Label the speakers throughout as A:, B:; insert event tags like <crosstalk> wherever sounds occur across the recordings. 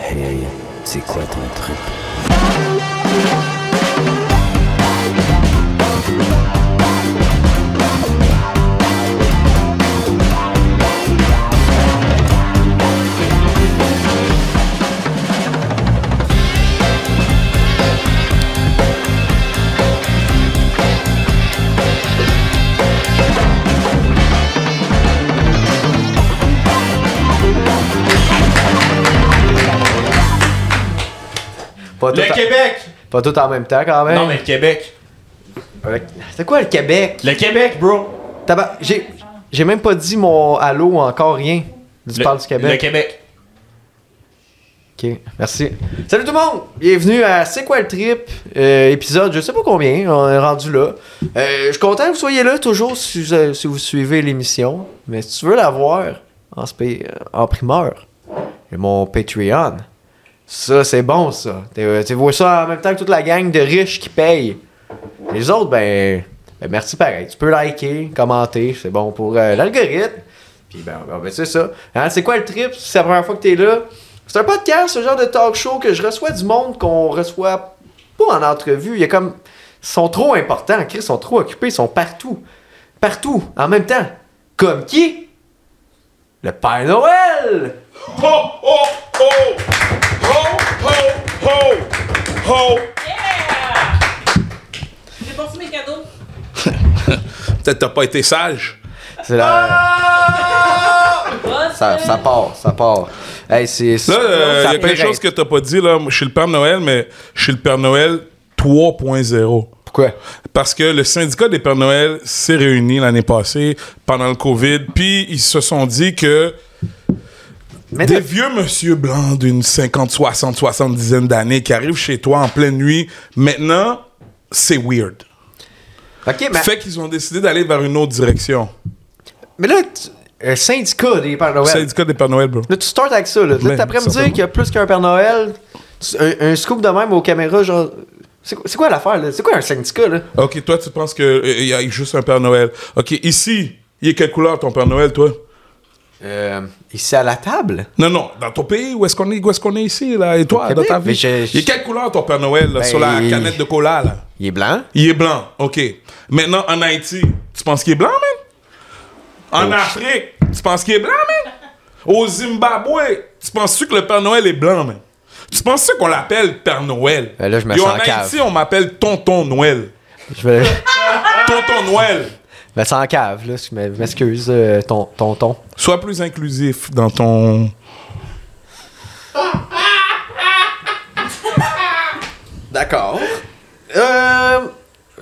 A: Hey, c'est quoi ton trip
B: Pas tout,
C: Le
B: en-
C: Québec!
B: pas tout en même temps quand même.
C: Non, mais le Québec.
B: Avec- C'est quoi le Québec?
C: Le Québec, bro.
B: Tabar- J'ai... J'ai même pas dit mon allô ou encore rien. Tu
C: Le-
B: parles du
C: Le
B: Québec.
C: Québec.
B: Ok, merci. Salut tout le monde! Bienvenue à C'est quoi le trip? Euh, épisode, je sais pas combien, on est rendu là. Euh, je suis content que vous soyez là toujours si vous, euh, si vous suivez l'émission. Mais si tu veux la voir en, spé- en primeur, j'ai mon Patreon. Ça, c'est bon, ça. T'es- euh, Tu vois ça en même temps que toute la gang de riches qui payent. Les autres, ben, ben, merci pareil. Tu peux liker, commenter, c'est bon pour euh, l'algorithme. Puis ben, ben, ben, c'est ça. Hein, c'est quoi le trip? C'est la première fois que t'es là. C'est un podcast, ce genre de talk show que je reçois du monde qu'on reçoit pas en entrevue. Il y a comme. Ils sont trop importants, Chris, ils sont trop occupés, ils sont partout. Partout, en même temps. Comme qui? Le Père Noël!
C: Ho, ho, ho! Ho, ho, ho! Ho!
D: Yeah! J'ai porté mes cadeaux.
C: Peut-être t'as pas été sage.
B: C'est la...
D: Boss,
B: ça,
D: euh,
B: ça part, ça part. Hey, c'est.
E: Là, euh,
B: ça
E: il y a
B: peut
E: quelque chose
B: être-
E: que t'as pas dit, là. Moi, Je suis le Père Noël, mais je suis le Père Noël 3.0.
B: Pourquoi?
E: Parce que le syndicat des Pères Noël s'est réuni l'année passée pendant le COVID, puis ils se sont dit que
B: Mais
E: des vieux monsieur blancs d'une 50, 60, 70 dizaine d'années qui arrivent chez toi en pleine nuit, maintenant, c'est weird.
B: Ok, mais,
E: Fait qu'ils ont décidé d'aller vers une autre direction.
B: mais là, tu- un syndicat des Pères Noël.
E: Syndicat des Pères Noël, bro.
B: Là, tu starts avec ça. Là, là
E: Ben,
B: t'es après me dire
E: certainement.
B: qu'il y a plus qu'un Père Noël. Tu- Un, un scoop de même aux caméras, genre. C'est quoi- c'est quoi l'affaire, là? C'est quoi un syndicat, là?
E: Ok, toi, tu penses qu'il y a juste un Père Noël. Ok, ici, il est quelle couleur ton Père Noël, toi?
B: Euh, ici à la table?
E: Non, non, dans ton pays, où est-ce qu'on est, où est-ce qu'on est ici, là, et toi,
B: Au
E: dans
B: Québec,
E: ta
B: mais
E: vie?
B: j'ai-
E: Il est quelle couleur ton Père Noël, là,
B: Ben,
E: sur la
B: il-
E: canette de cola, là?
B: Il est blanc?
E: Il est blanc, ok. Maintenant, en Haïti, tu penses qu'il est blanc, man? En
B: Oh.
E: Afrique, tu penses qu'il est blanc, man? Au Zimbabwe, tu penses-tu que le Père Noël est blanc, man? Tu penses qu'on l'appelle Père Noël?
B: Ben là, je me
E: Yo,
B: sens
E: en
B: en cave.
E: Haïti, on m'appelle Tonton Noël.
B: Je <laughs> me,
E: Tonton Noël.
B: je me sens en cave, là. Je me- je m'excuse, euh, ton, ton ton.
E: Sois plus inclusif dans ton.
B: D'accord. Euh.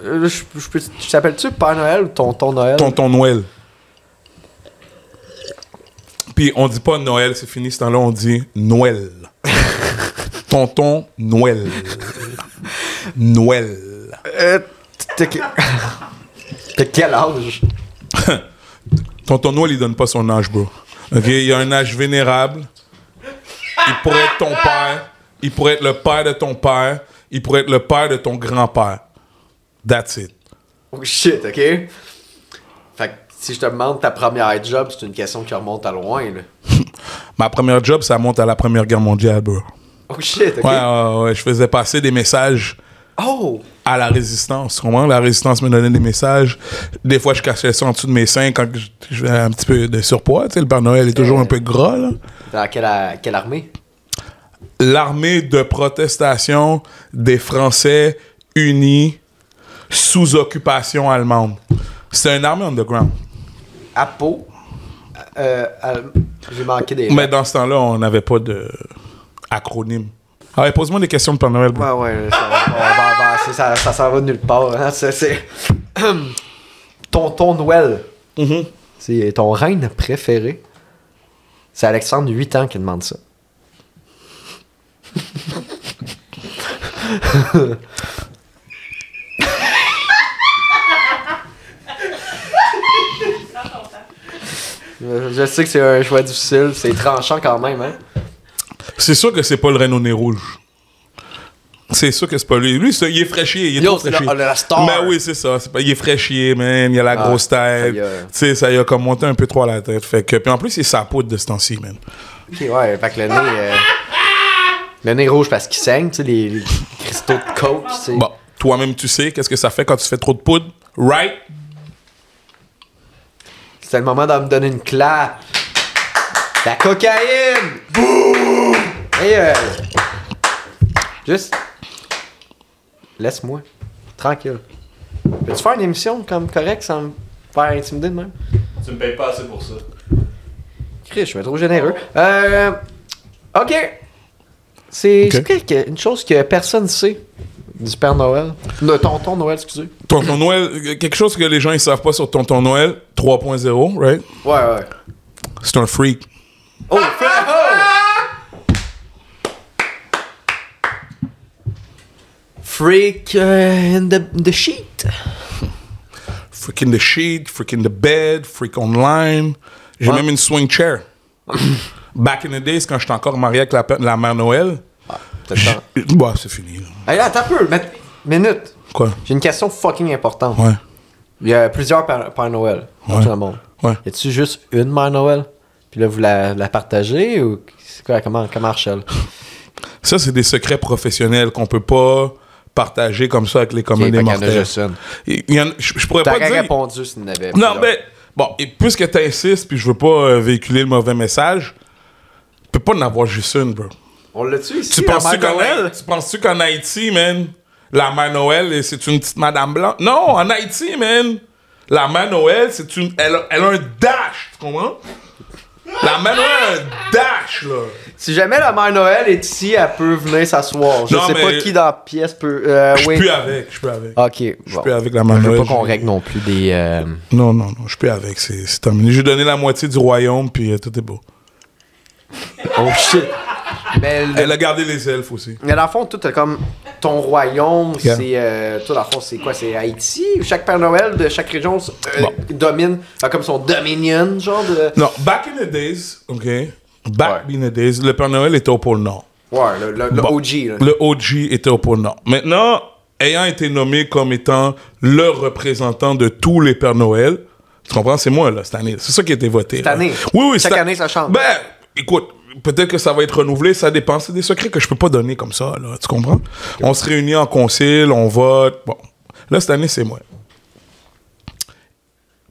B: euh, Je, je, peux- tu t'appelles-tu Père Noël ou Tonton Noël?
E: Tonton Noël. Puis on dit pas Noël, c'est fini ce temps-là, on dit Noël. Tonton Noël. Noël.
B: Euh, T'as <laughs> que- t'as quel âge?
E: Tonton Noël, il donne pas son âge, bro. OK, il a un âge vénérable. Il pourrait être ton père. Il pourrait être le père de ton père. Il pourrait être le père de ton grand-père. That's it.
B: Oh shit, ok? Fait que si je te demande ta première job, c'est une question qui remonte à loin, là.
E: Ma première job, ça monte à la Première Guerre mondiale, bro.
B: Oh shit, ok?
E: Ouais, ouais, ouais, je faisais passer des messages
B: Oh!
E: à la résistance. Tu comprends? La résistance me donnait des messages. Des fois, je cachais ça en dessous de mes seins quand je- j'avais un petit peu de surpoids. Tu sais, le Père Noël est toujours un peu gras. là.
B: Dans quelle, quelle armée?
E: L'armée de protestation des Français unis sous occupation allemande. C'est une armée underground.
B: À Pau? Euh, Allem- J'ai manqué des.
E: Mais dans ce temps-là, on n'avait pas de acronyme. Ah ouais, pose-moi des questions de Père Noël. bro.
B: Ouais, ouais, ça va, on va avancer, ça, ça s'en va de nulle part. Hein, ça, c'est... <clears throat> Tonton Noël,
E: Mhm.
B: c'est ton reine préféré. C'est Alexandre, 8 ans, qui demande ça. <laughs> Je je sais que c'est un choix difficile, c'est tranchant quand même, hein?
E: C'est sûr que c'est pas le reine au nez rouge. C'est sûr que c'est pas lui. Lui, c'est- il est fraîchier. Il est
B: Yo,
E: trop
B: c'est le-
E: fraîchier.
B: oh, la star.
E: Mais oui, c'est ça. C'est pas- il est fraîchier, man. Il a la
B: Ah,
E: grosse
B: ça
E: tête.
B: y
E: Tu
B: a-
E: sais, ça y a comme monté un peu trop à la tête. Fait que... Puis en plus, il sa poudre de ce temps-ci, man.
B: Ok, ouais, fait que le nez. euh, Le nez rouge parce qu'il saigne, tu sais, les, les cristaux de coke. c'est-
E: Bon, toi-même, tu sais, qu'est-ce que ça fait quand tu fais trop de poudre? Right?
B: C'était le moment de me donner une clap. La cocaïne! Boum! Et euh, Juste. Laisse-moi. Tranquille. Peux-tu faire une émission comme correcte sans me faire intimider de même?
F: Tu me payes pas assez pour ça.
B: Chris, je suis trop généreux. Euh. Ok. C'est
E: Ok.
B: c'est quoi que- une chose que personne ne sait du Père Noël. De tonton Noël, excusez.
E: Tonton Noël, euh, quelque chose que les gens ils savent pas sur Tonton Noël 3.0, right?
B: Ouais, ouais.
E: C'est un freak.
B: Oh, Fred! Freak euh, in the, the sheet.
E: Freak in the sheet, freak in the bed, freak online. J'ai
B: Ouais.
E: même une swing chair. <clears throat> Back in the days, quand j'étais encore marié avec la, pe- la mère Noël.
B: Hey,
E: Bah, c'est fini. là.
B: là, attends un peu, mais- minute.
E: Quoi?
B: J'ai une question fucking importante.
E: Ouais.
B: Il y a plusieurs Père, Père Noël dans
E: Ouais.
B: tout le monde.
E: Ouais.
B: Y a-tu juste une Mère Noël? Puis là, vous la, la partagez ou c'est quoi, comment, comment marche-t-elle?
E: Ça, c'est des secrets professionnels qu'on peut pas partager comme ça avec les communs
B: Ok,
E: des
B: fait qu'il y en a
E: mortels.
B: juste une.
E: Il- il y en- Je je pourrais pas
B: T'aurais
E: dire.
B: répondu s'il n'y avait
E: Non,
B: plusieurs.
E: mais bon, et puisque tu insistes, puis je veux pas euh, véhiculer le mauvais message, tu peux pas en avoir juste une, bro.
B: On l'a-tu ici?
E: Tu
B: la
E: penses-tu
B: Mère
E: qu'en tu penses-tu qu'en Haïti, man, la mère Noël, et c'est une petite madame blanche? Non, en Haïti, man, la mère Noël, c'est une. Elle, a- elle a un dash, tu comprends? La mère Noël a un dash, là.
B: Si jamais la mère Noël est ici, elle peut venir s'asseoir. Je
E: Non,
B: sais
E: mais-
B: pas qui dans la pièce peut. euh,
E: Je suis
B: oui.
E: plus avec, je suis plus avec.
B: Ok.
E: Je suis
B: bon.
E: plus avec la mère
B: Je veux
E: Noël.
B: pas qu'on
E: je-
B: règle non plus des. euh,
E: Non, non, non, je suis plus avec, c'est c'est terminé. J'ai donné la moitié du royaume, puis euh, tout est beau.
B: Oh shit. Mais, le-
E: Elle a gardé les elfes aussi.
B: mais dans le fond, tout est comme ton royaume,
E: Yeah.
B: c'est. euh, toi, dans le fond, c'est quoi C'est Haïti Chaque Père Noël de chaque région euh,
E: Bon.
B: domine. a comme son dominion, genre de.
E: Non, back in the days, OK? Back
B: Ouais.
E: in the days, le Père Noël était au pôle Nord.
B: Ouais, le, le- le
E: Bon.
B: OG, là.
E: Le OG était au pôle Nord. Maintenant, ayant été nommé comme étant le représentant de tous les Pères Noël, tu comprends, c'est moi, là, cette année. C'est ça qui a été voté. Cette
B: année.
E: Oui, oui,
B: Chaque
E: cette-
B: année, ça change.
E: Ben, écoute, peut-être que ça va être renouvelé, ça dépend. C'est des secrets que je peux pas donner comme ça, là. Tu comprends? On se réunit en concile, on vote. Bon. Là, cette année, c'est moi.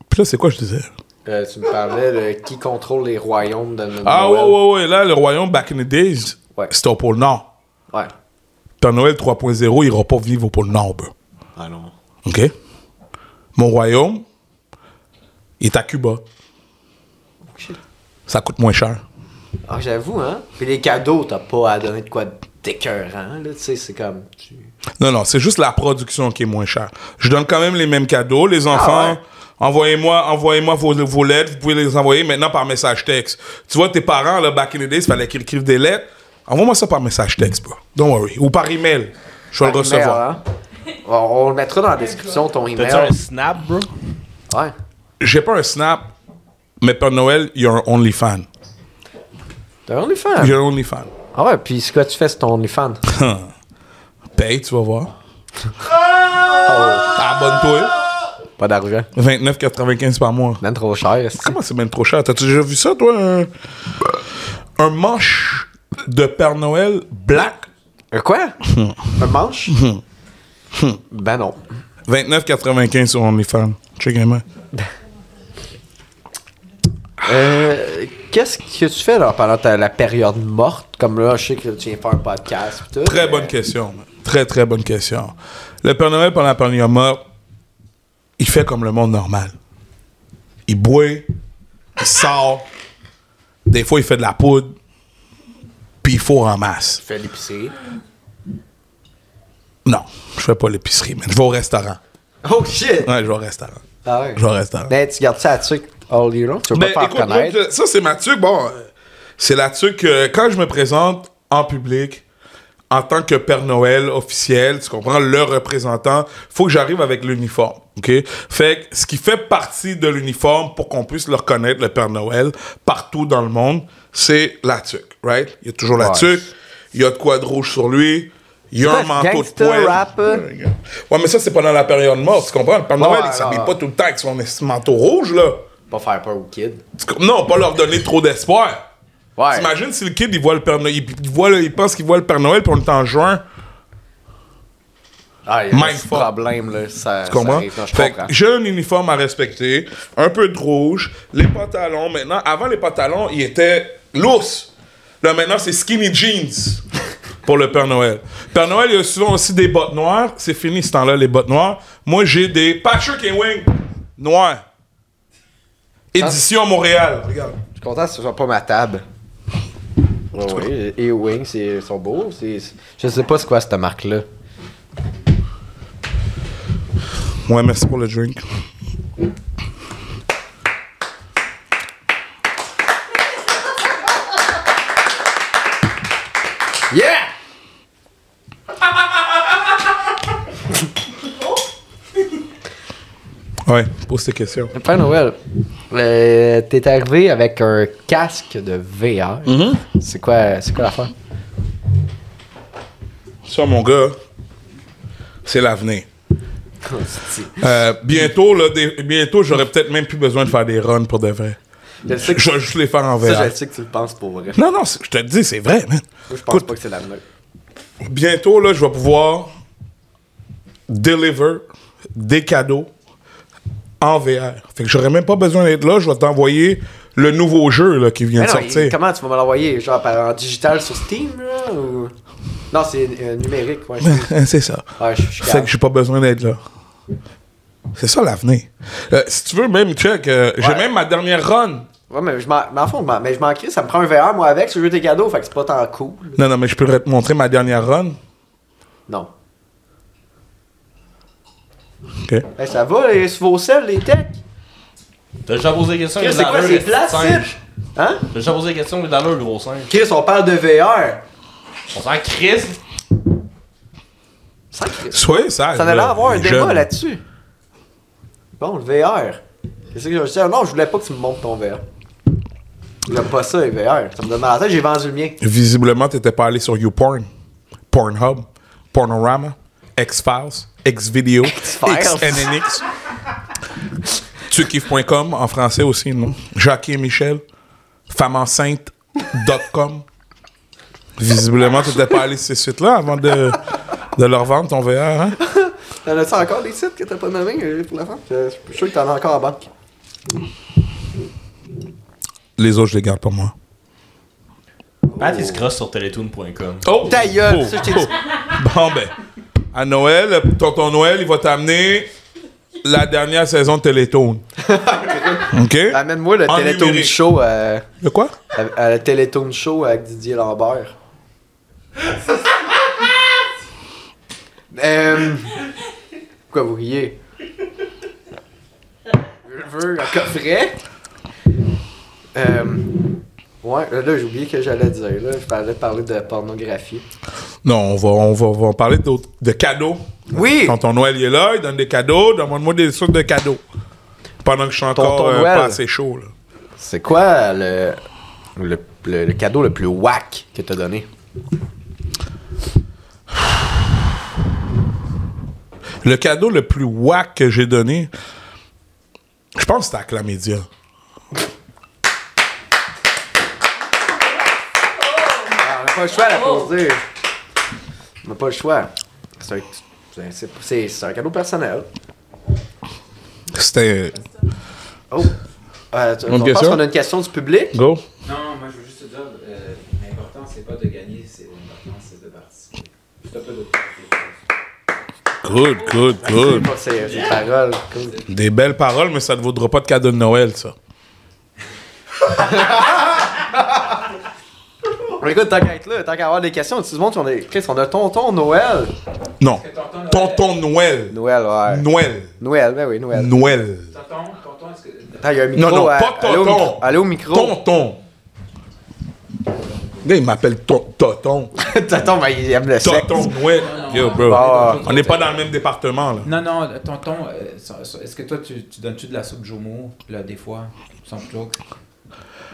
E: Puis là, c'est quoi, je disais?
B: Euh, tu me parlais de qui contrôle les royaumes de notre
E: Ah, ouais,
B: Noël.
E: ouais, ouais. Là, le royaume, back in the days,
B: Ouais.
E: c'était au pôle Nord.
B: ouais.
E: Père Noël 3.0, il va pas vivre au pôle Nord. ben.
F: Ah non.
E: OK? Mon royaume il est à Cuba. Ça coûte moins cher.
B: Ah, j'avoue, hein. Puis les cadeaux, t'as pas à donner de quoi d'écœurant, là. Tu sais, c'est comme. tu-
E: Non, non, c'est juste la production qui est moins chère. Je donne quand même les mêmes cadeaux. Les enfants,
B: Ah ouais?
E: envoyez-moi envoyez moi vos, vos lettres. Vous pouvez les envoyer maintenant par message texte. Tu vois, tes parents, là, back in the days, il fallait qu'ils écrivent des lettres. Envoie-moi ça par message texte, bro. Don't worry. Ou par email. Je vais le
B: Par email,
E: recevoir.
B: hein. On, on le mettra dans la description, ton email.
F: T'as-tu un snap, bro?
B: Ouais.
E: J'ai pas un snap, mais Père Noël, il y a un OnlyFans.
B: T'as un OnlyFans.
E: Il y a un OnlyFans.
B: Ah ouais, puis ce que tu fais, c'est ton OnlyFans.
E: Paye, tu vas voir. Abonne-toi.
B: Pas d'argent.
E: 29,95 par mois.
B: Même trop cher. est-ce que-
E: Comment c'est même trop cher? T'as-tu déjà vu ça, toi? Un, un manche de Père Noël black?
B: Un Euh, quoi? <laughs> un manche? <laughs> ben non.
E: 29,95 sur OnlyFans. Check it out.
B: Euh, Qu'est-ce que tu fais là, pendant ta- la période morte? Comme là, je sais que tu viens faire un podcast. pis tout, Euh,
E: Très
B: mais-
E: bonne question. man. Très, très bonne question. Le Père Noël, pendant la pandémie mort, il fait comme le monde normal. Il boit, il sort, des fois il fait de la poudre, puis il faut en masse.
B: Tu fais l'épicerie.
E: Non, je fais pas l'épicerie, mais je vais au restaurant.
B: Oh shit!
E: Ouais, je vais au restaurant.
B: Ah ouais.
E: Je vais au restaurant.
B: Mais tu gardes ça à tuer all year long? Tu veux
E: Ben,
B: pas te
E: écoute,
B: faire connaître?
E: moi, je- ça, c'est ma tuque. Bon, euh, c'est la tuque que quand je me présente en public, en tant que Père Noël officiel, tu comprends, le représentant, faut que j'arrive avec l'uniforme, OK? Fait que ce qui fait partie de l'uniforme pour qu'on puisse le reconnaître, le Père Noël, partout dans le monde, c'est la tuque, right? Il y a toujours la
B: Ouais.
E: tuque, il y a de quoi de rouge sur lui, il y a
B: C'est
E: un
B: quoi,
E: manteau de
B: gangster
E: poêle.
B: rap, euh?
E: Ouais, mais ça, c'est pendant la période morte, tu comprends? Le Père Noël,
B: ouais,
E: il s'habille
B: ouais.
E: pas tout le temps avec son manteau rouge, là.
B: Pas faire peur aux kids.
E: Non, pas leur donner trop d'espoir.
B: Ouais.
E: T'imagines si le kid, il voit le Père Noël, il, il voit le- il pense qu'il voit le Père Noël, puis on est en juin.
B: Ah, il y a
E: Mind
B: un petit
E: fuck.
B: problème, là. Ça,
E: Tu
B: ça
E: comprends?
B: arrive. Non, je
E: Fait que
B: comprends.
E: j'ai un uniforme à respecter, un peu de rouge, les pantalons maintenant. Avant, les pantalons, ils étaient lousses. Là, maintenant, c'est skinny jeans <laughs> pour le Père Noël. Père Noël, il y a souvent aussi des bottes noires. C'est fini ce temps-là, les bottes noires. Moi, j'ai des Patrick and Wing noirs. Édition Montréal. Regarde.
B: Je suis content que ce soit pas ma table. Ouais, ouais. Et Wing, c'est sont beaux. c'est- c'est- Je sais pas c'est quoi cette marque-là.
E: Ouais, merci pour le drink.
B: Yeah!
E: Ouais, pose tes questions.
B: Père Noël, euh, t'es arrivé avec un casque de VR.
E: Mm-hmm.
B: C'est quoi, c'est quoi l'affaire?
E: Ça, mon gars, c'est l'avenir. Euh, bientôt, là, des- bientôt, j'aurais peut-être même plus besoin de faire des runs pour de vrai.
B: Je sais que
E: Je vais juste les faire en
B: ça,
E: VR.
B: je sais que tu le penses pour vrai.
E: Non, non, c'est- je te le dis, c'est vrai,
B: Moi,
E: man.
B: je pense
E: Écoute.
B: pas que c'est l'avenir.
E: Bientôt, là, je vais pouvoir deliver des cadeaux en VR. Fait que j'aurais même pas besoin d'être là. Je vais t'envoyer le nouveau jeu là, qui vient
B: Mais
E: de
B: non,
E: sortir.
B: et comment tu vas me l'envoyer? Genre par- en digital sur Steam, là? Ou... Non, c'est euh, numérique. Ouais, je,
E: <laughs> Hein, c'est ça.
B: ouais, je- je suis
E: Fait
B: capable.
E: que j'ai pas besoin d'être là. C'est ça l'avenir. Euh, si tu veux, même check, euh, j'ai
B: Ouais.
E: même ma dernière run.
B: Ouais, mais je m'en mais en fond, je m'en- mais je m'en crie, ça me prend un VR, moi, avec, sur le jeu des cadeaux, fait que c'est pas tant cool.
E: Non, non, mais je peux te montrer ma dernière run.
B: Non.
E: Ok.
B: Hey, Ben, ça va, les, sur vos selles, les techs?
F: T'as déjà posé des questions,
B: Chris, c'est quoi,
F: le
B: c'est plat,
F: singe.
B: ça? Hein?
F: T'as déjà posé des questions, il est dans le gros singe.
B: Chris, on parle de VR.
F: On s'en crisse.
B: Sans Chris.
E: Soyez sage.
B: Ça allait
E: Ah, là,
B: avoir un
E: les
B: débat
E: jeunes.
B: là-dessus. Bon, le VR. Qu'est-ce que je veux dire? Non, je voulais pas que tu me montres ton VR. J'aime pas ça, les VR. Ça me donne mal à la tête, j'ai vendu le mien.
E: Visiblement, t'étais pas allé sur YouPorn, Pornhub, Pornorama, X-Files, X-Video,
B: X-Files.
E: XNNX, tukiff.com en français aussi, non? Jackie et Michel, femmeenceinte.com. Visiblement, t'étais pas allé sur ces sites-là avant de, de leur vendre ton VR, hein?
B: T'en as-tu encore des sites que t'as pas nommés euh, pour la fin? Je je suis sûr que t'en as encore en banque.
E: Les autres, je les garde pour moi.
F: Pat, il se crosse sur teletoon.com.
E: Oh!
B: Ta gueule,
E: Oh,
B: ça, je t'ai
E: oh. Bon, ben, à Noël, tonton Noël, il va t'amener la dernière saison de
B: <laughs>
E: Télétoon. OK?
B: Amène-moi le
E: En
B: Télétoon
E: numérique.
B: Show euh,
E: De quoi?
B: à, à le Télétoon Show avec Didier Lambert. euh, pourquoi vous riez? Je veux un coffret. Euh, ouais, là j'ai oublié que j'allais dire. Là, je parlais de parler de pornographie.
E: Non, on va, on va, on va parler d'autres- de cadeaux.
B: Oui!
E: Tonton Noël, il est là, il donne des cadeaux. Demande-moi des sortes de cadeaux. Pendant que je suis encore
B: Tonton
E: euh,
B: Noël.
E: pas assez chaud, là.
B: C'est quoi le, le, le- le cadeau le plus whack que t'as donné?
E: Le cadeau le plus whack que j'ai donné, je pense que c'était à Clamédia.
B: Ah, on n'a pas le choix à poser. On n'a pas le choix. C'est un, c'est- c'est- c'est- c'est un cadeau personnel.
E: C'était.
B: Oh! Euh, tu-
E: Une
B: on pense
E: question?
B: qu'on a une question du public.
E: Go.
G: Non, moi je veux juste te dire, euh, l'important c'est pas de gagner, c'est l'important c'est de participer. Je te peux de
E: Good, good,
B: C'est
E: good.
B: pas ces, ces paroles. cool.
E: Des belles paroles, mais ça ne vaudra pas de cadeau de Noël, ça.
B: Mais Écoute, tant qu'à être là, tant qu'à avoir des questions, tu te montres, on a, Chris, on a tonton Noël.
E: Non. Tonton Noël.
B: Noël, ouais.
E: Noël.
B: Noël, ben oui, Noël.
E: Noël.
G: Tonton, tonton, est-ce que.
B: Ah, il y a un micro.
E: Non, non,
B: à-
E: pas
B: allô,
E: tonton.
B: micro- Allô, micro.
E: Tonton. Le gars, il m'appelle ton- Tonton.
B: <laughs> tonton, ben, il aime le sexe.
E: Tonton Noël. Yo, bro.
B: Ah,
E: On n'est pas dans le même département, là.
G: Non, non, tonton, euh, so- so- est-ce que toi tu, tu donnes-tu de la soupe Jomo, là, des fois, sans joke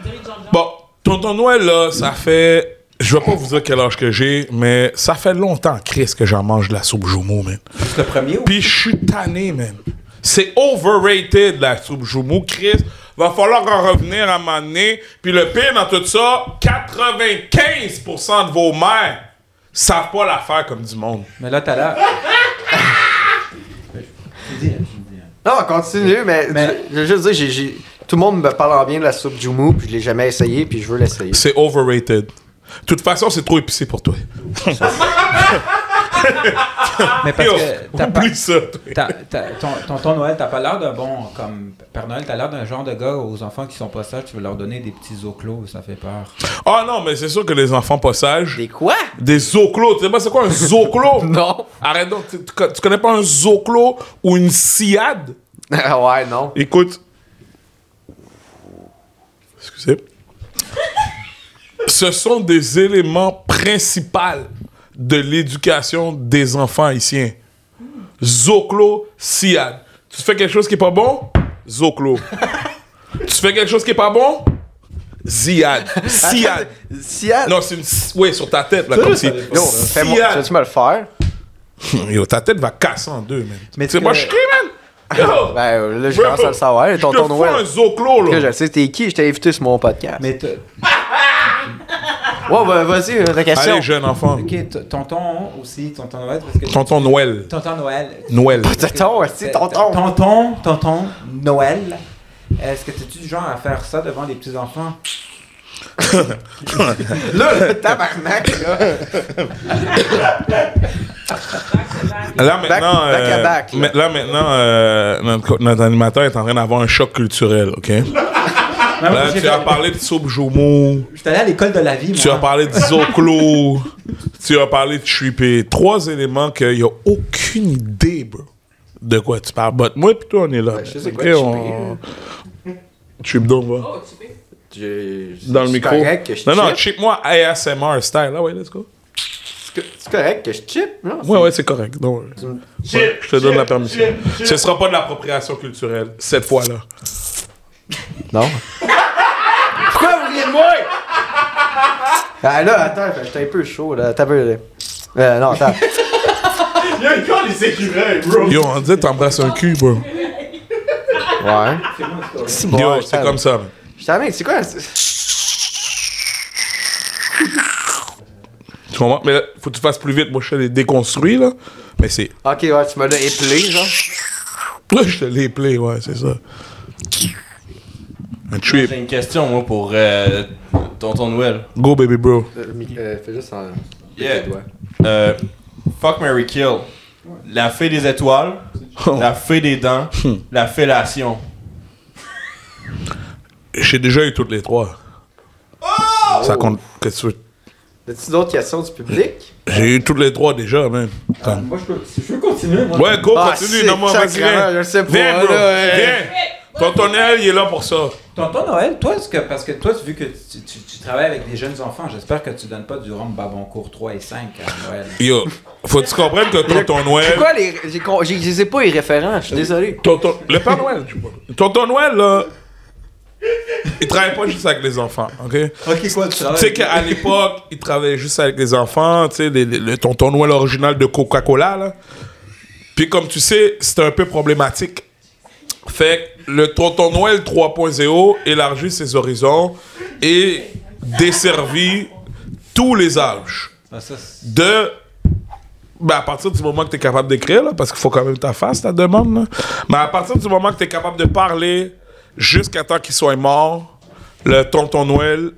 D: Direct Jean Jean.
E: Bon, Tonton Noël, là, ça fait. Je vais pas vous dire quel âge que j'ai, mais ça fait longtemps, Chris, que j'en mange de la soupe Joumou, man.
G: Juste le premier ou
E: Puis je suis tanné, man. C'est overrated, la soupe Joumou, Chris. Va falloir en revenir à un moment donné. Puis le pire dans tout ça, 95% de vos mères savent pas la faire comme du monde.
F: Mais là, t'as l'air.
B: Non, continue, mais,
F: Mais-
B: je veux juste dire, j'ai- j'ai- tout le monde me parle en bien de la soupe Jumu, puis je l'ai jamais essayé, puis je veux l'essayer.
E: C'est overrated. De toute façon, c'est trop épicé pour toi.
F: Mais parce
E: Yo,
F: que t'as pas.
E: oublie ça. toi.
F: t'as- t'as- ton, tonton Noël, t'as pas l'air d'un bon. Comme Père Noël, t'as l'air d'un genre de gars aux enfants qui sont pas sages, tu veux leur donner des petits os clos, ça fait peur.
E: Ah non, mais c'est sûr que les enfants pas sages.
B: Des quoi?
E: Des zooclos. Tu sais pas c'est quoi un zooclos?
B: Non.
E: Arrête donc. Tu, tu co- tu connais pas un zooclos ou une sciade?
B: Ah <laughs> ouais, non.
E: Écoute. Excusez. Ce sont des éléments principaux de l'éducation des enfants haïtiens. Zoclo, SIAD. Tu fais quelque chose qui est pas bon? Zoclo. tu fais quelque chose qui est pas bon? Ziad. SIAD.
B: Si elle...
E: Non, c'est une. si- Oui, sur ta tête, là, comme si.
B: Yo, fais-moi,
E: Siad.
B: tu vas-tu me le faire?
E: Yo, ta tête va casser en deux, man.
B: Mais
E: Mais c'est
B: tu
E: moi,
B: que-
E: je crie,
B: <laughs>
E: man! Yo!
B: Ben, euh, là, je commence à le savoir,
E: Je
B: ton
E: te
B: ton
E: fous un
B: Noël.
E: zoclo,
B: Là,
E: là.
B: je sais, t'es qui? Je t'ai invité sur mon podcast.
F: Mais t-
B: Ouais, ben, vas-y, euh, ta question.
E: Allez, jeune enfant.
F: ok, t- tonton aussi, tonton Noël, parce que.
E: Tonton Noël.
F: Tonton Noël.
E: Noël.
B: Tonton, aussi, tonton.
F: Tonton, tonton Noël. Est-ce que t'es-tu du genre à faire ça devant les petits enfants?
B: Là, le tabarnak, là.
E: Là maintenant,
B: back à
E: euh,
B: back, là.
E: mais- là, maintenant euh, notre, co- notre animateur est en train d'avoir un choc culturel, ok?
F: Non,
E: Là,
F: parce que
E: Ben, tu as
F: Ben, j'ai-
E: parlé de soupe Jomo,
F: Je suis allé à l'école de la vie, moi.
E: tu as parlé de Zoclo, tu as parlé de Chuipé. Trois éléments qu'il n'y a aucune idée, bro, de quoi tu parles. But moi, plutôt, on est là.
B: je sais
E: Ok,
B: quoi, Chuipé.
E: on- Chuip donc, va.
D: Oh, tu peux.
E: Dans le
B: C'est
E: micro.
B: correct que je
E: Non, non,
B: chip.
E: chip moi ASMR style. Ah ouais, let's go.
B: C'est correct que je chip, non?
E: Ouais, ouais, c'est correct. Non, ouais. Ouais, je te donne la permission. Ce sera pas de l'appropriation culturelle, cette fois-là.
B: Non. <laughs> Pourquoi vous riez de moi? Ah là, attends, j'étais un peu chaud, là. T'as peu... Euh, non,
E: <laughs>
B: attends.
E: Yo, on dit t'embrasses un cul, bro.
B: Ouais. C'est bon,
E: Yo,
B: je
E: c'est
B: t'avais-
E: comme ça. man.
B: Je t'avais, c'est quoi? c'est-
E: Tu comprends? Mais là, faut que tu fasses plus vite. Moi, je te les déconstruis, là. Mais c'est.
B: Ok, ouais, tu me l'as épelé, genre.
E: Là, je te les play, ouais, c'est ça. Un trip.
F: une question, moi, pour euh, tonton Noël.
E: Go, baby,
B: <laughs>
E: bro.
B: Euh, mi- euh, fais juste en...
F: Yeah.
B: tes doigts.
F: Euh, fuck Mary Kill. La fée des étoiles.
H: Oh.
F: La fée des dents.
H: Hmm.
F: la fellation.
E: J'ai déjà eu toutes les trois.
B: Oh!
E: Ça compte. Qu'est-ce que tu veux?
B: As-tu d'autres questions du public?
E: J'ai eu toutes les trois déjà, man. Comme-
F: Moi, je peux, je peux continuer, moi.
E: Ouais, go,
B: Ah,
E: Oh, continue.
B: c'est
E: Non, moi, on va
B: sacrément,
E: crier.
B: je le sais pas,
E: Viens, bro.
B: là, euh.
E: Viens. Tonton Noël, il est là pour ça.
F: Tonton Noël, toi, est-ce que, parce que toi, vu que tu, tu- tu travailles avec des jeunes enfants, j'espère que tu donnes pas du rhum Baboncourt 3 et 5 à Noël.
E: Yo, faut que tu comprennes que Tonton Noël.
B: C'est quoi les... J'ai con- j'ai- Je les ai pas les référents, je suis désolé.
E: Tonton, le Père Noël, tu vois. Tonton Noël, là, il travaille pas juste avec les enfants, ok?
F: <laughs> Ok, quoi, tu
E: Tu sais qu'à l'époque, il travaillait juste avec les enfants, tu sais, les- les- le Tonton Noël original de Coca-Cola, là. Puis comme tu sais, c'était un peu problématique. Fait que le Tonton Noël 3.0 élargit ses horizons et desservit tous les âges
F: Ah,
E: de ben, à partir du moment que tu es capable d'écrire, là, parce qu'il faut quand même ta face, ta demande, là. mais à partir du moment que tu es capable de parler jusqu'à temps qu'il soit mort, le tonton Noël,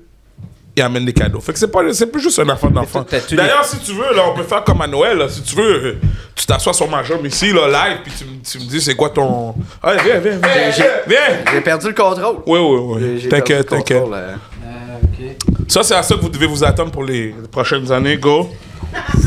E: il amène des cadeaux. Fait que c'est, pas, c'est plus juste un enfant d'enfant.
F: t'as- t'as-tu
E: D'ailleurs, si tu veux, là, on peut faire comme à Noël, là. si tu veux, euh, tu t'assois sur ma jambe ici, là, live, puis tu, me- tu me dis c'est quoi ton. Allez, viens, viens, viens, viens, viens.
B: J'ai perdu le contrôle.
E: Oui, oui,
B: J'ai-
E: oui.
B: j'ai
E: T'inquiète,
B: perdu le
E: t'inquiète.
B: contrôle, euh.
E: Ça, c'est à ça que vous devez vous attendre pour les prochaines années, go.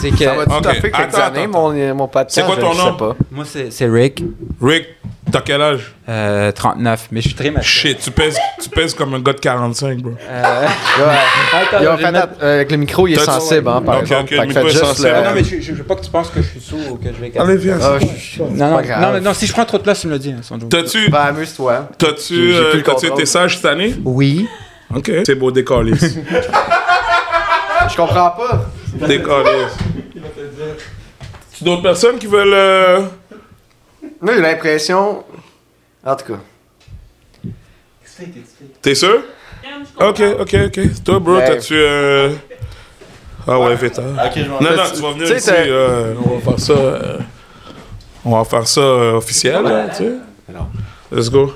B: C'est que... Ça va tout à
E: Ok,
B: fait quelques
E: attends,
B: années,
E: attends.
B: mon, mon podcast,
E: C'est quoi
B: je
E: ton
B: le
E: nom?
B: sais pas.
F: Moi, c'est c'est Rick,
E: Rick, t'as quel âge?
F: euh, 39, mais je suis très mature.
E: Shit, tu pèses, tu pèses comme un gars de 45, bro.
B: Yo, fais atta- euh, Avec le micro, il est
E: T'as-
B: sensible, hein, par
E: Ok,
B: exemple.
E: ok,
B: Fait
E: le
B: que
E: micro
B: faites
E: est
B: juste
E: sensible.
B: le-
E: Ah,
F: Non, mais je, je veux pas que tu penses que je suis sourd ou que je vais casser.
E: Allez, viens.
B: Ah, je- je-
F: Non, non,
B: pas grave.
F: non, mais non, si je prends trop de place, tu me le dis, hein, sans doute.
E: T'as-tu,
B: Ben, amuse-toi. J'ai-
E: t'as-tu,
B: j'ai plus
E: euh,
B: le
E: t'as-tu
B: contrôle.
E: été sage cette année?
F: Oui.
E: Ok. C'est beau, décoller.
B: Je comprends pas.
E: décoller. Tu d'autres personnes qui veulent. euh,
B: Moi, j'ai l'impression. En tout cas.
G: satisfait, t'es satisfait.
E: T'es sûr?
D: Regarde, je comprends.
E: Ok, ok, ok. Toi, bro,
B: Ouais.
E: t'as-tu. euh, Ah ouais, vite. hein.
H: Ok, je m'en
E: Non, non,
B: T'as-
E: tu vas venir
B: t'sais,
E: ici.
B: t'as-
E: euh, on va faire ça. euh, On va faire ça euh, officiel, là, tu sais.
B: Alors.
E: Let's go.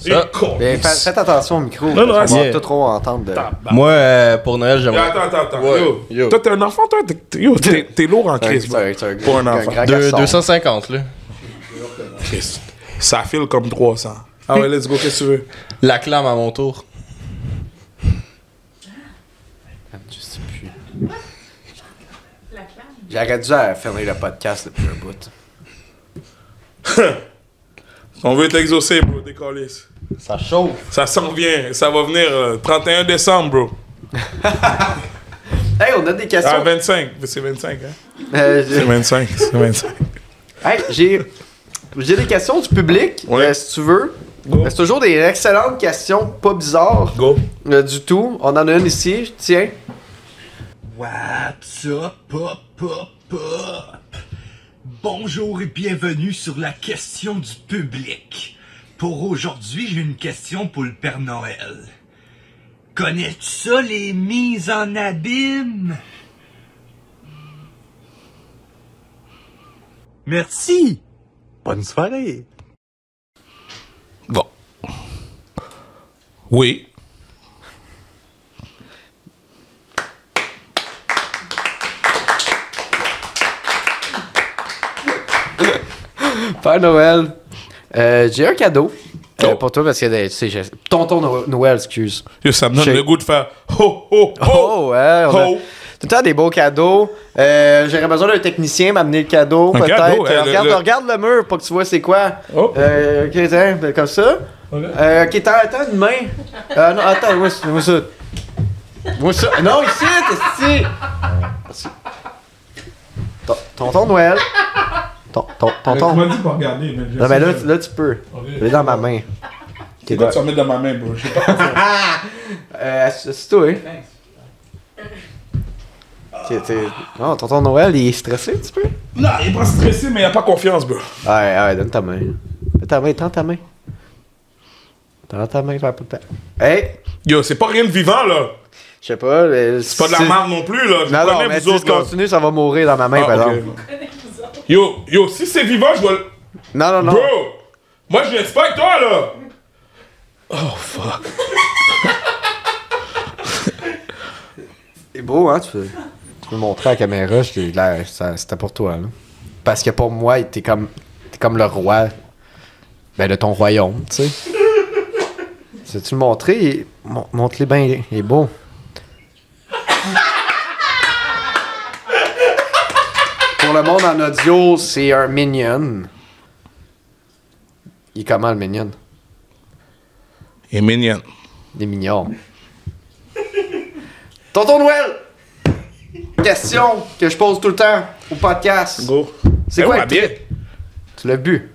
C: C'est con.
B: Mais fa- faites attention au micro.
E: Non, non,
B: parce qu'on
H: c'est-
B: va tout trop entendre. De...
H: Moi, euh, pour Noël,
E: Yo,
H: j'aimerais
E: Attends, attends, attends.
H: Ouais,
E: Yo.
H: yo.
E: Toi, t'es un enfant, toi? T'es- t'es- yo, T'es t'es lourd en crise, bro. Pour un enfant.
H: Deux- 250, là.
E: Christ. Ça file comme 300. Ah ouais, let's go, qu'est-ce que tu veux?
H: La clame à mon tour.
D: La clame.
B: J'aurais dû à fermer le podcast depuis un bout.
E: On veut t'exaucer, bro, décoller.
H: Ça chauffe.
E: Ça s'en vient. Ça va venir euh, 31 décembre, bro.
B: Hey, on a des
E: Ah,
B: questions.
E: 25. C'est 25, hein?
B: Euh,
E: C'est
B: j'ai-
E: 25. C'est 25.
B: hey, j'ai j'ai des questions du public,
E: Ouais.
B: euh, si tu veux.
E: Go.
B: C'est toujours des excellentes questions, pas bizarres
E: Go.
B: euh, du tout. On en a une ici, tiens.
I: What's up, up, up, up? Bonjour et bienvenue sur la question du public. Pour aujourd'hui, j'ai une question pour le Père Noël. Connais-tu ça, les mises en abîme? Merci! Bonne soirée!
E: Bon. Oui.
B: Père Noël, euh, j'ai un cadeau euh,
E: Oh.
B: pour toi parce que euh, tu sais, j'ai- tonton No- Noël, excuse.
E: Yo, ça me donne
B: Shake.
E: le goût de faire ho ho ho.
B: Oh, ouais, on a
E: Oh.
B: tout le temps des beaux cadeaux. Euh, J'aurais besoin d'un technicien m'amener le cadeau,
E: Un
B: peut-être.
E: cadeau,
B: Euh,
E: hein, le-
B: regarde,
E: le-
B: regarde le mur pour que tu vois c'est quoi.
E: Oh.
B: Euh, ok, tiens, ben, comme ça. Euh, ok, attends, attends, une main. Euh, non, attends, moi, c'est- moi ça. Moi ça. Non, ici, c'est ici. Merci. Ton- Tonton Noël. Ton, ton, tonton.
E: m'as dit pas regarder, mais
B: Non, mais là, tu- là, tu peux. Elle est dans ma main. Ok,
E: Pourquoi tu vas mettre dans ma main, bro? J'ai pas-
B: Euh, c'est toi, hein? Ok, t'es- Non, tonton Noël, il est stressé un petit peu? Ouais,
E: Non, il est pas stressé, mais il a pas confiance, bro.
B: ouais, donne ta main. Donne ta main, tends ta main. Tends ta main, papa. Hey!
E: Yo, c'est pas rien de vivant, là.
B: Je sais pas, mais
E: C'est pas de la merde non plus, là. Je
B: Non,
E: vous
B: non,
E: connais,
B: mais
E: vous
B: si je
E: autres, là.
B: continue, ça va mourir dans ma main,
E: Ah,
B: par
E: ok.
B: exemple.
E: <laughs> Yo, yo, si c'est vivant, je dois le-
B: Non, non, non.
E: Bro! Moi, je respecte toi, là!
B: C'est beau, hein, tu peux, tu peux le montrer à la caméra, je l'ai- là, ça- c'était pour toi, là. Parce que pour moi, t'es comme, t'es comme le roi, ben, de ton royaume, tu sais. Sais-tu le montrer? Il- mon- Montre-le bien, il est- il est beau. pour le monde en audio, c'est un minion. Il est comment, le minion?
E: Il est mignon.
B: Des mignons. Tonton Noël! Question que je pose tout le temps au podcast.
E: Go.
B: C'est
E: Eh,
B: quoi
E: ouais,
B: le
E: bien?
B: trip? Tu l'as bu.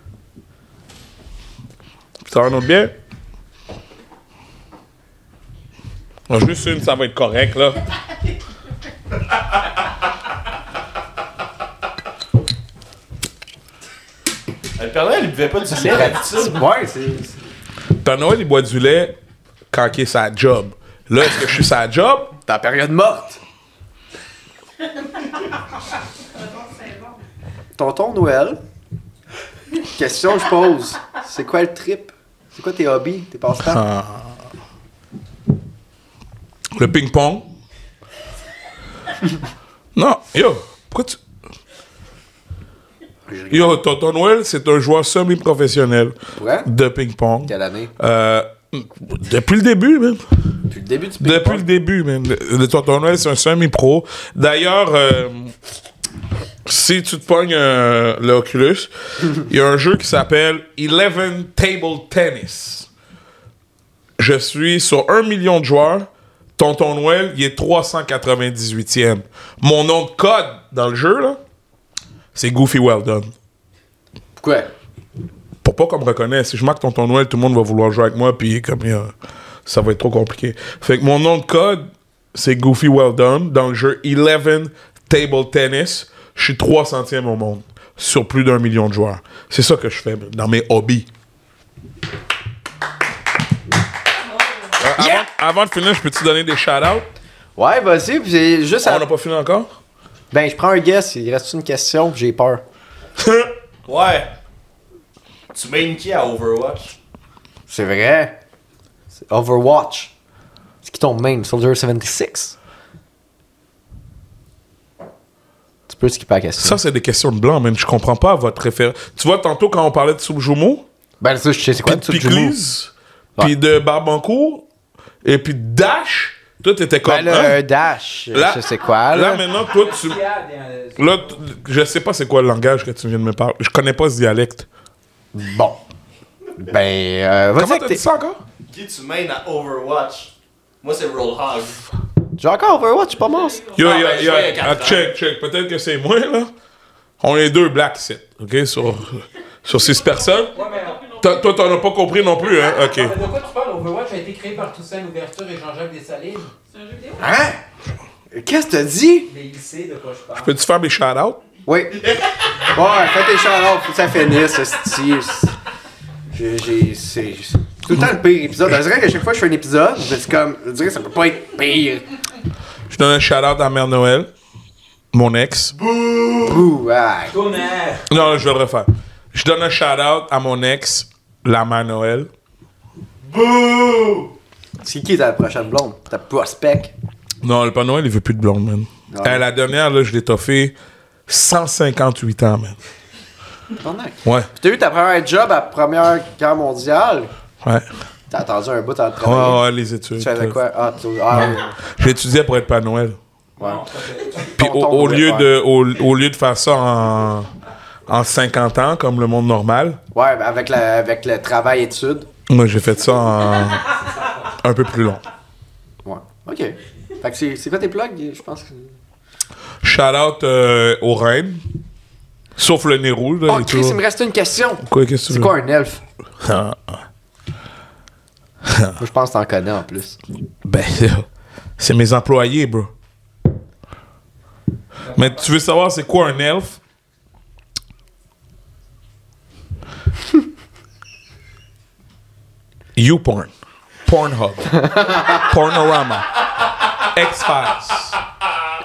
E: Tu t'en as bien? Ah, Juste une, ça va être correct, là.
J: Euh,
H: Le Père Noël, il buvait pas du lait.
B: Ouais, c'est.
E: Père Noël, il boit du lait quand il est sa job. Là, est-ce que je suis sa job?
B: Ta période morte! Tonton Noël. Question que je pose. C'est quoi le trip? C'est quoi tes hobbies, tes passe-temps?
E: Hein.
B: <laughs>
E: Le ping-pong. non, yo, pourquoi tu. Yo, Tonton Noël, c'est un joueur semi-professionnel
B: Ouais?
E: de ping-pong.
B: Quelle année?
E: Euh, depuis le début, même.
B: Depuis le début du
E: Depuis le début, même. Le, le Tonton Noël, c'est un semi-pro. D'ailleurs, euh, si tu te pognes euh, l'Oculus, il y a un jeu qui s'appelle 11 Table Tennis. Je suis sur un million de joueurs. Tonton Noël, il est 398e. Mon nom de code dans le jeu, là, c'est Goofy Well Done.
B: Pourquoi?
E: Pour pas qu'on me reconnaisse. Si je marque Tonton Noël, tout le monde va vouloir jouer avec moi, puis comme euh, ça va être trop compliqué. Fait que mon nom de code, c'est Goofy Well Done dans le jeu 11 Table Tennis. Je suis 300e au monde sur plus d'un million de joueurs. C'est ça que je fais dans mes hobbies. Euh, Avant, avant de finir, je peux-tu donner des shout-outs?
B: Ouais, vas-y, puis c'est juste à-
E: On n'a pas fini encore?
B: Ben, je prends un guess, il reste une question, puis j'ai peur.
H: Ouais.
J: Tu mènes qui à Overwatch?
B: C'est vrai. C'est Overwatch. C'est qui ton main? Soldier 76? Tu peux skipper la question.
E: Ça, c'est des questions de blanc, man. Je comprends pas votre référence. Tu vois, tantôt, quand on parlait de Subjumo,
B: ben, ça, je sais, c'est quoi
E: puis
B: le
E: de
B: truc du mot?
E: Piclis, puis de Barbancourt, et puis de Dash, toi, t'étais comme...
B: Ben, le
E: hein?
B: euh, Dash,
E: Là-
B: je sais quoi,
E: Là,
B: là.
E: maintenant, toi, tu...
F: euh,
E: Là, t- je sais pas c'est quoi le langage que tu viens de me parler. Je connais pas ce dialecte.
B: Bon. Ben, euh, vas-y.
E: Comment
B: avec
E: t'as
B: tes-
E: dit ça encore?
J: Qui tu mènes à Overwatch? Moi, c'est Rollhog.
B: J'ai encore Overwatch, je suis pas mort. ça.
E: Yo,
J: Ah,
E: yo,
J: ben, je
E: yo,
J: vais à quatre
E: ah,
J: ans.
E: check, check. Peut-être que c'est moi, là. On est deux blacks, ici, OK, sur, sur six personnes. T'as- Toi, t'en as pas compris non plus, hein? OK.
F: De quoi tu parles? Overwatch a été créé par Toussaint Louverture et Jean-Jacques Dessalines.
D: C'est un jeu vidéo?
E: Hein?
B: Qu'est-ce que t'as dit?
F: Mais il sait de quoi je parle.
E: Peux-tu faire mes shout-outs?
B: Oui. Ouais, fais tes shout-outs, faut que ça finisse, esti. J'ai- J'ai. C'est c'est tout le temps le pire épisode. Je dirais qu'à chaque fois que je fais un épisode, je me dis comme. Je dirais que ça peut pas être pire.
E: Je donne un shout-out à Mère Noël, mon ex.
B: Ouh, ah.
F: Tonnerre!
E: Non, je vais le refaire. Je donne un shout-out à mon ex, la Mère Noël.
B: C'est qui ta prochaine blonde? Ta prospect?
E: Non, le Père Noël, il veut plus de blonde, man.
B: Non.
E: Euh, la dernière, là, je l'ai toffée 158 ans, man.
B: Tabarnak.
E: Ouais,
B: Puis t'as eu ta première job à la Première Guerre mondiale.
E: ouais.
B: T'as attendu un bout à le
E: Ouais,
B: travailler.
E: ouais, les études.
B: Tu faisais
E: euh,
B: quoi? Ah, tu. Ah, oui.
E: J'étudiais pour être Père Noël.
B: Ouais.
E: Puis au,
B: Tonton
E: au
B: devrait
E: lieu
B: faire.
E: de, au, au lieu de faire ça en, en 50 ans, comme le monde normal,
B: Ouais, ben, avec, la, avec le travail-études.
E: moi j'ai fait ça en un peu plus long.
B: Ouais. Ok. Fait que c'est c'est quoi tes plugs? Je pense que.
E: Shout out euh, aux reines. Sauf le nez rouge. Là,
B: Oh,
E: il est
B: Chris, il
E: toujours-
B: me reste une question.
E: Quoi, qu'est-ce que
B: C'est
E: tu
B: quoi un elfe?
E: veux? Ah,
B: Moi, je pense que t'en connais en plus.
E: ben, <laughs> c'est mes employés, bro. Mais tu veux savoir c'est quoi un elfe? <laughs> YouPorn. Pornhub. Pornorama. X-Files.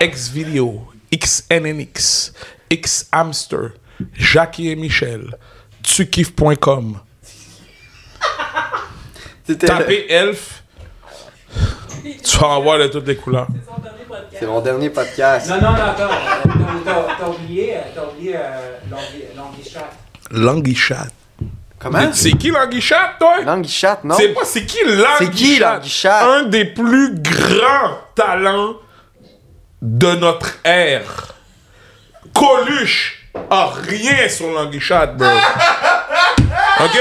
E: X-Video. XNNX. X-Hamster. Jackie et Michel. Tukiff.com. Tapez elf. Tu vas en voir de toutes les couleurs.
D: C'est son dernier podcast.
B: C'est mon dernier podcast.
F: Non, non, non, attends. euh, T'as- t'as- T'as oublié, euh, t'as oublié euh, l'anguille- l'anguille chat.
E: Languichat.
B: Comment?
E: C'est qui Languichat, toi?
B: Langue chatte, non?
E: C'est pas c'est qui Languichat?
B: C'est qui, Languichat?
E: Un des plus grands talents de notre ère. Coluche a rien sur Languichat, bro. OK?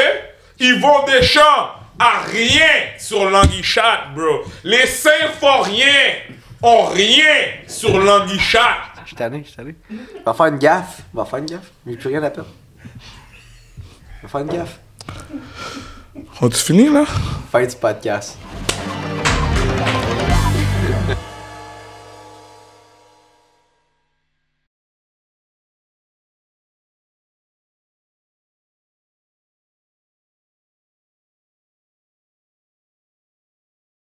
E: Yvon Deschamps a rien sur Languichat, bro. Les Symphoriens ont rien sur Languichat.
B: Je suis tanné, je suis tanné. Va faire une gaffe. Va faire une gaffe. J'ai plus rien à perdre. Va faire une gaffe.
E: On tu fini, là?
B: Fin du podcast.